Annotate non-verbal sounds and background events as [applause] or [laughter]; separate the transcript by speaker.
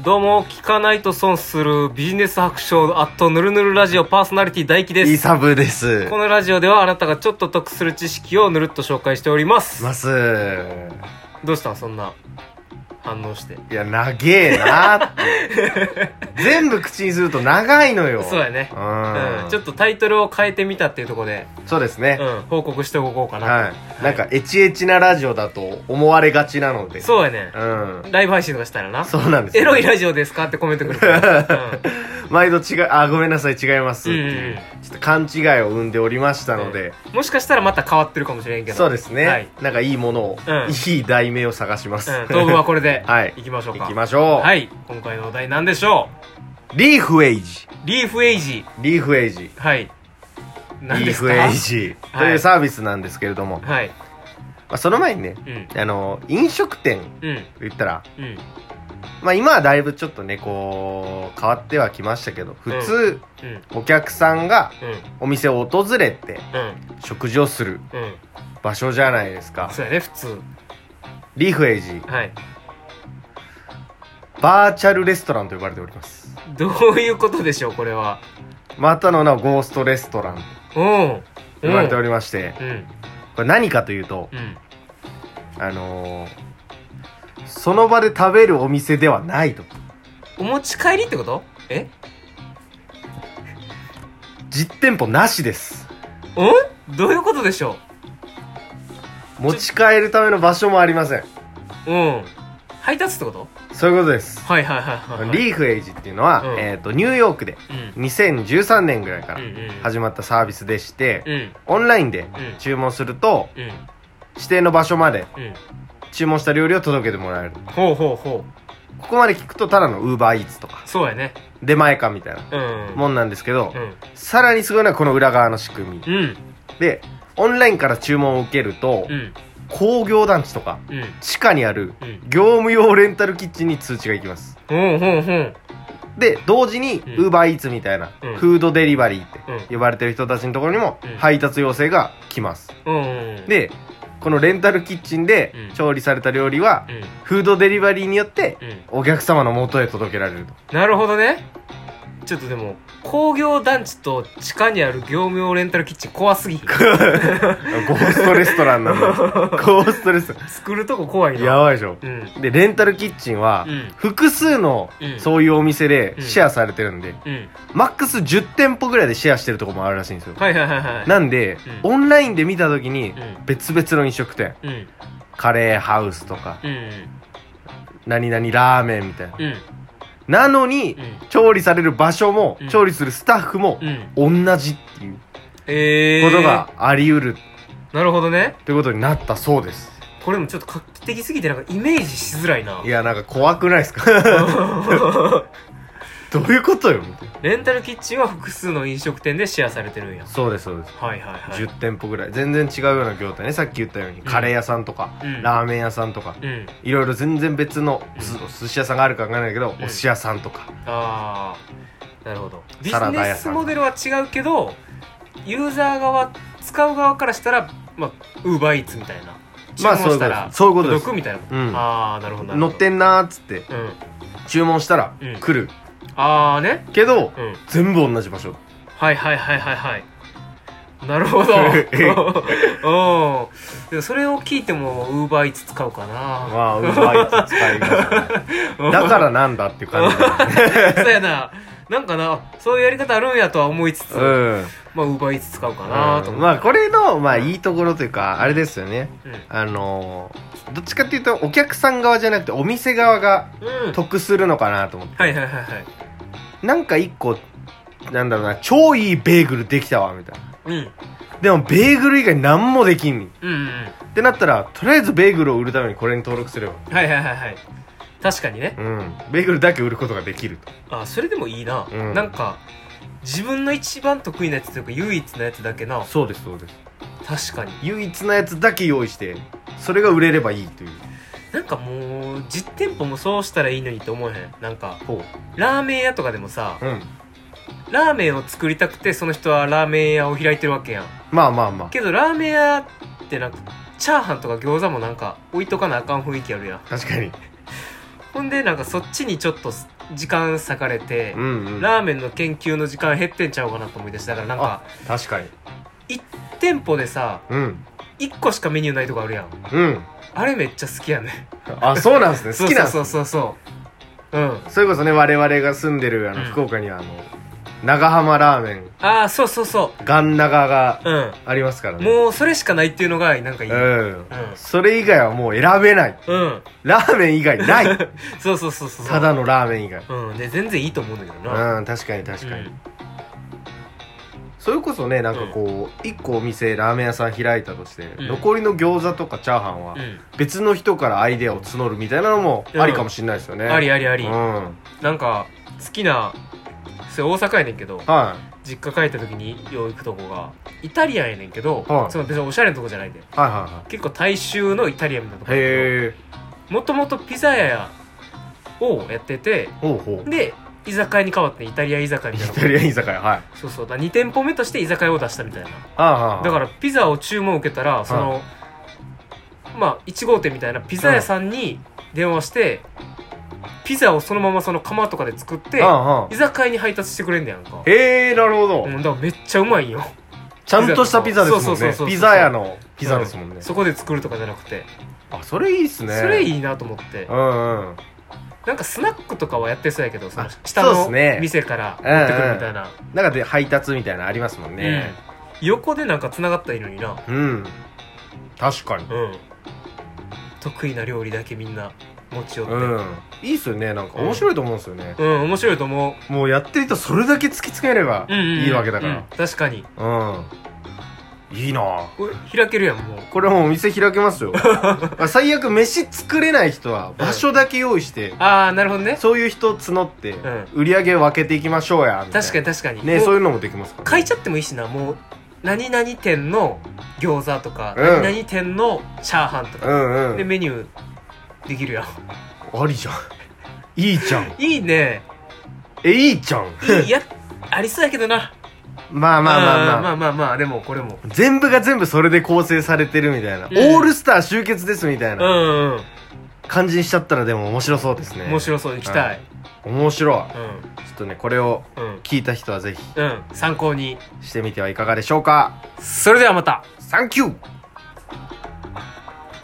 Speaker 1: どうも、聞かないと損するビジネス白書アットぬるぬるラジオパーソナリティ大輝
Speaker 2: イ
Speaker 1: です。
Speaker 2: サブです。
Speaker 1: このラジオではあなたがちょっと得する知識をぬるっと紹介しております。
Speaker 2: ます。
Speaker 1: どうしたんそんな反応して。
Speaker 2: いや、長えなって。
Speaker 1: [laughs]
Speaker 2: 全部口にすると長いのよ。
Speaker 1: そうやね
Speaker 2: う
Speaker 1: うん
Speaker 2: ん。
Speaker 1: ちょっとタイトルを変えてみたっていうところで、
Speaker 2: そうですね。
Speaker 1: うん、報告しておこうかな。
Speaker 2: はい。なんか、エチエチなラジオだと思われがちなので。
Speaker 1: そうやね
Speaker 2: う。ん。
Speaker 1: ライブ配信とかしたらな。
Speaker 2: そうなんです
Speaker 1: エ
Speaker 2: よ
Speaker 1: ロいラジオですかってコメントくる
Speaker 2: [laughs]
Speaker 1: から。うん
Speaker 2: 毎度違う、あ、ごめんなさい、違いますって
Speaker 1: う
Speaker 2: い
Speaker 1: ん
Speaker 2: う。ちょっと勘違いを生んでおりましたので。
Speaker 1: もしかしたらまた変わってるかもしれんけど。
Speaker 2: そうですね。
Speaker 1: はい。
Speaker 2: なんか、いいものを、
Speaker 1: うん
Speaker 2: いい題名を探します。
Speaker 1: うん、当分
Speaker 2: [laughs]
Speaker 1: はこれで、
Speaker 2: はい
Speaker 1: 行きましょうか。
Speaker 2: 行きましょう
Speaker 1: はい。今回のお題何でしょ
Speaker 2: リーフエイジ。
Speaker 1: うリーフエイジ。
Speaker 2: リーフエイジ。
Speaker 1: はい。何
Speaker 2: リ
Speaker 1: で
Speaker 2: ー
Speaker 1: すか
Speaker 2: フエイジと
Speaker 1: はいいう
Speaker 2: サービスなんですけれども、ま
Speaker 1: はい。
Speaker 2: あ、その前にね
Speaker 1: うん。
Speaker 2: あの飲食店
Speaker 1: うん。
Speaker 2: と言ったら、
Speaker 1: うん。
Speaker 2: まあ、今はだいぶちょっとねこう変わってはきましたけど普通、
Speaker 1: うん。
Speaker 2: お客さんが
Speaker 1: うん。
Speaker 2: お店を訪れて
Speaker 1: うん。
Speaker 2: 食事をする
Speaker 1: うん。
Speaker 2: 場所じゃないですか
Speaker 1: そうやね、普通。
Speaker 2: リーフエイジ
Speaker 1: はい。
Speaker 2: バーチャルレストランと呼ばれております
Speaker 1: どういうことでしょう、これは。
Speaker 2: またの名をゴーストレストランと
Speaker 1: うん。うん
Speaker 2: 言われておりまして、
Speaker 1: うん。
Speaker 2: これ何かというと
Speaker 1: うん。
Speaker 2: あのーその場で食べるお店ではないと
Speaker 1: お持ち帰りってことえ
Speaker 2: 実店舗なしです
Speaker 1: うんどういうことでしょ
Speaker 2: 持ち帰るための場所もありません
Speaker 1: ううん。配達ってこと
Speaker 2: そういうことです
Speaker 1: はいはいはいはい。
Speaker 2: リーフエイジっていうのは、
Speaker 1: うん
Speaker 2: えー、とニューヨークで
Speaker 1: うん。
Speaker 2: 2013年ぐらいか
Speaker 1: う
Speaker 2: ら
Speaker 1: ん。うん。
Speaker 2: 始まったサービスでして、
Speaker 1: うん。
Speaker 2: オンラインで
Speaker 1: ん
Speaker 2: 注文すると
Speaker 1: うん。
Speaker 2: 指定の場所まで
Speaker 1: うん。
Speaker 2: 注文した料理を届けてもらえる
Speaker 1: ほうほうほ
Speaker 2: ここまで聞くとただのウーバーイーツとか
Speaker 1: う。そうやね。
Speaker 2: 出前館みたいな
Speaker 1: うん。
Speaker 2: もんなんですけど、
Speaker 1: うん。
Speaker 2: さらにすごいのはこの裏側の仕組み、
Speaker 1: うん。
Speaker 2: でオンラインから注文を受けると、
Speaker 1: うん。
Speaker 2: 工業団地とか
Speaker 1: うん。
Speaker 2: 地下にある
Speaker 1: うん
Speaker 2: 業務用レンタルキッチンに通知がいきます
Speaker 1: うん。うん。うん。
Speaker 2: で同時
Speaker 1: う
Speaker 2: に
Speaker 1: ん
Speaker 2: ウーバーイーツみたいな、
Speaker 1: うん
Speaker 2: フードデリバリーって
Speaker 1: うん
Speaker 2: 呼ばれてる人たちのところにも
Speaker 1: うん
Speaker 2: 配達要請が来ます、
Speaker 1: うん。、
Speaker 2: でこのレンタルキッチンで
Speaker 1: うん
Speaker 2: 調理された料理は、
Speaker 1: うん。
Speaker 2: フードデリバリーによって
Speaker 1: うん。
Speaker 2: お客様の元へ届けられると
Speaker 1: なるほどね。ちょっとでも、工業団地と地下にある業務用レンタルキッチン怖すぎひん。
Speaker 2: ゴーストレストランな
Speaker 1: [laughs]
Speaker 2: んでゴーストレストラ
Speaker 1: 作るとこ怖い
Speaker 2: ン
Speaker 1: な。
Speaker 2: やばいでしょ
Speaker 1: うん。
Speaker 2: でレンタルキッチンは
Speaker 1: うん
Speaker 2: 複数の
Speaker 1: うん
Speaker 2: そういうお店で
Speaker 1: うん
Speaker 2: シェアされてるんで、
Speaker 1: うん。
Speaker 2: マックス10店舗ぐらいでシェアしてるとこもあるらしいんですよ
Speaker 1: はいはいはいはい。
Speaker 2: なんで、
Speaker 1: うん
Speaker 2: オンラインで見た時に
Speaker 1: うん
Speaker 2: 別々の飲食店
Speaker 1: うん。
Speaker 2: カレーハウスとか
Speaker 1: うん。
Speaker 2: 何々ラーメンみたいな、
Speaker 1: うん。
Speaker 2: なのに、
Speaker 1: うん
Speaker 2: 調理される場所も、
Speaker 1: うん
Speaker 2: 調理するスタッフも
Speaker 1: う、ん。
Speaker 2: 同じっていう
Speaker 1: ええー。
Speaker 2: ことが。あり得る
Speaker 1: なるほどね。
Speaker 2: ということになったそうです、
Speaker 1: これもちょっと画期的すぎてなんかイメージしづらいな。
Speaker 2: いやなんか怖くないですか [laughs] どういうことよみたいな
Speaker 1: [laughs] レンタルキッチンは複数の飲食店でシェアされてるんや。
Speaker 2: そうですそうです、
Speaker 1: はいはいはい。
Speaker 2: 10店舗ぐらい全然違うような業態ねさっき言ったように、カレー屋さんとか、
Speaker 1: うん
Speaker 2: ラーメン屋さんとか、
Speaker 1: うん。
Speaker 2: いろいろ全然別の、お寿
Speaker 1: う
Speaker 2: お寿司屋さんがあるかわかんないけど、
Speaker 1: うん
Speaker 2: お寿司屋さんとか
Speaker 1: ああなるほどビ
Speaker 2: サ
Speaker 1: ジ
Speaker 2: ラダ
Speaker 1: ネ
Speaker 2: 屋さ
Speaker 1: ス
Speaker 2: ん
Speaker 1: モデルは違うけどユーザー側使う側からしたらまあウーバーイーツみたいな
Speaker 2: まあ
Speaker 1: 注文したら
Speaker 2: そういうことです
Speaker 1: 届くみたいな、
Speaker 2: うん
Speaker 1: ああなるほどなる
Speaker 2: 乗
Speaker 1: ほど
Speaker 2: ってんなーっつって
Speaker 1: うん
Speaker 2: 注文したら
Speaker 1: うん
Speaker 2: 来る、
Speaker 1: ああね
Speaker 2: けど、
Speaker 1: うん
Speaker 2: 全部同じ場所
Speaker 1: はいはいはいはいはいなる
Speaker 2: [laughs]
Speaker 1: ほどうんでもそれを聞いてもウーバーイーツ使うかな
Speaker 2: まあ、ウーバーイーツ使いましたね。だからなんだっていう感じだね。
Speaker 1: [laughs] そうやななんかなそういうやり方あるんやとは思いつつ、
Speaker 2: うん。
Speaker 1: まあウーバーイーツ使うかなと思って、
Speaker 2: まあ、これの、まあ、いいところというか、あれですよね。
Speaker 1: うん
Speaker 2: あのー、どっちかっていうと、お客さん側じゃなくて、お店側が
Speaker 1: うん
Speaker 2: 得するのかなと思って。
Speaker 1: はいはいはいはい
Speaker 2: なんか一個、なんだろうな、超いいベーグルできたわ、みたいな。
Speaker 1: うん
Speaker 2: でも、ベーグル以外何もできんねん。
Speaker 1: うんうんうん
Speaker 2: ってなったら、とりあえずベーグルを売るためにこれに登録すれば。
Speaker 1: はいはいはいはい確かにね
Speaker 2: うん。ベーグルだけ売ることができると。
Speaker 1: あそれでもいいな、
Speaker 2: うん
Speaker 1: なんか自分の一番得意なやつというか唯一のやつだけな
Speaker 2: そうです、そうです。
Speaker 1: 確かに
Speaker 2: 唯一のやつだけ用意して、それが売れればいいという。
Speaker 1: なんかもう実店舗もそうしたらいいのにって思えへんなんか
Speaker 2: ほ
Speaker 1: ラーメン屋とかでもさ
Speaker 2: う。うん。
Speaker 1: ラーメンを作りたくてその人はラーメン屋を開いてるわけやん
Speaker 2: まあまあまあ
Speaker 1: けどラーメン屋ってなんかチャーハンとか餃子もなんか置いとかなあかん雰囲気あるやん
Speaker 2: 確かに
Speaker 1: ほんでなんかそっちにちょっと時間割かれて、
Speaker 2: うんうん
Speaker 1: ラーメンの研究の時間減ってんちゃうかなと思い出しただからなんか
Speaker 2: 確かに
Speaker 1: 1店舗でさ
Speaker 2: うん
Speaker 1: 1個しかメニューないとこあるやん
Speaker 2: うん
Speaker 1: あれめっちゃ好きやね
Speaker 2: あそうなんですね好きなんです
Speaker 1: そ
Speaker 2: ね
Speaker 1: うそうそうそうそううん
Speaker 2: それこそね我々が住んでるあの
Speaker 1: うん
Speaker 2: 福岡にはあの長浜ラーメン
Speaker 1: ああそうそうそ
Speaker 2: ガン長が
Speaker 1: ううん
Speaker 2: ありますからね
Speaker 1: もうそれしかないっていうのがなんかいい、
Speaker 2: う
Speaker 1: うん
Speaker 2: んそれ以外はもう選べない
Speaker 1: うん、
Speaker 2: ラーメン以外ない
Speaker 1: [laughs] そうそうそうそう
Speaker 2: ただのラーメン以外
Speaker 1: うんで全然いいと思うんだけどな
Speaker 2: うん確かに確かに、それこそねなんかこう一個お店ラーメン屋さん開いたとして、
Speaker 1: うん
Speaker 2: 残りの餃子とかチャーハンは
Speaker 1: うん、うん
Speaker 2: 別の人からアイデアを募るみたいなのもありかもしれないですよね、
Speaker 1: ありありあ
Speaker 2: う
Speaker 1: り、
Speaker 2: ん
Speaker 1: なんか好きなそれ大阪やねんけど
Speaker 2: は
Speaker 1: 実家帰った時によう行くとこがイタリアンやねんけど、
Speaker 2: はい
Speaker 1: その別におしゃれなとこじゃないで
Speaker 2: いはいは
Speaker 1: 結構大衆のイタリアンみたいなと
Speaker 2: いはい
Speaker 1: こ
Speaker 2: へえ
Speaker 1: もともとピザ屋をやってて
Speaker 2: ほうほう
Speaker 1: で居酒屋に変わってイタリア居酒屋みたい
Speaker 2: イ
Speaker 1: な
Speaker 2: タリアン居酒屋はい
Speaker 1: そうそうだ2店舗目として居酒屋を出したみたいな
Speaker 2: ああはあ
Speaker 1: だからピザを注文受けたらその、まあ1号店みたいなピザ屋さんに電話して、ピザをそのままその釜とかで作って、
Speaker 2: ああはあ
Speaker 1: 居酒屋に配達してくれんだやんか
Speaker 2: へえなるほど、
Speaker 1: うん、だからめっちゃうまいんよ
Speaker 2: ちゃんとしたピザです
Speaker 1: そ
Speaker 2: も
Speaker 1: うんそうそう
Speaker 2: ね
Speaker 1: そう
Speaker 2: ピザ屋のピザですもんね、
Speaker 1: そこで作るとかじゃなくて、
Speaker 2: あそれいいっすね
Speaker 1: それ
Speaker 2: い
Speaker 1: いいなと思って
Speaker 2: うんうん
Speaker 1: なんかスナックとかはやってそうやけどその
Speaker 2: あ
Speaker 1: 下
Speaker 2: そうっ
Speaker 1: の
Speaker 2: すね
Speaker 1: 店から持ってくるみたいな、
Speaker 2: なんかで配達みたいなのありますもんね
Speaker 1: うん横でなんかつながったらいいのにな
Speaker 2: うん、確かに
Speaker 1: うん得意な料理だけみんな持ち寄って
Speaker 2: うんいいっすよねなんか面白いと思うんですよね、
Speaker 1: うん、面白いと思
Speaker 2: もうやってる人それだけ突き詰めれば
Speaker 1: う,、うんうんうん
Speaker 2: いいわけだか
Speaker 1: うん
Speaker 2: ら
Speaker 1: 確かに
Speaker 2: うん、いいなあ
Speaker 1: これ開けるやんもう
Speaker 2: これもうお店開けま
Speaker 1: [laughs]
Speaker 2: すよあ最悪飯作れない人は場所だけ用意して、
Speaker 1: ああなるほどね
Speaker 2: そういう人募って
Speaker 1: ん
Speaker 2: 売り上げ分けていきましょうやみたいな
Speaker 1: 確かに確かに
Speaker 2: ね
Speaker 1: もう
Speaker 2: そういうのもできますから、
Speaker 1: 変え
Speaker 2: ね、
Speaker 1: ちゃってもいいしなもう何々店の餃子とか、
Speaker 2: うん
Speaker 1: 何々店のチャーハンと
Speaker 2: う
Speaker 1: か、
Speaker 2: んう
Speaker 1: で
Speaker 2: ん
Speaker 1: メニューできるやん [laughs]
Speaker 2: ありじゃんいいじゃん
Speaker 1: いいね
Speaker 2: えいいじゃん
Speaker 1: い
Speaker 2: [laughs]
Speaker 1: いやありそうやけどな
Speaker 2: まあまあまあまあ
Speaker 1: まあまあまあでもこれも
Speaker 2: 全部が全部それで構成されてるみたいな、
Speaker 1: うん
Speaker 2: オールスター集結ですみたい
Speaker 1: うん
Speaker 2: な
Speaker 1: うんうん
Speaker 2: 感じにしちゃったらでも面白そうですね
Speaker 1: 面白そう行きたい、
Speaker 2: 面白い
Speaker 1: うん
Speaker 2: ちょっとねこれを
Speaker 1: うん
Speaker 2: 聞いた人はぜひ
Speaker 1: うん参考に
Speaker 2: してみてはいかがでしょうか
Speaker 1: それではまた
Speaker 2: サンキュー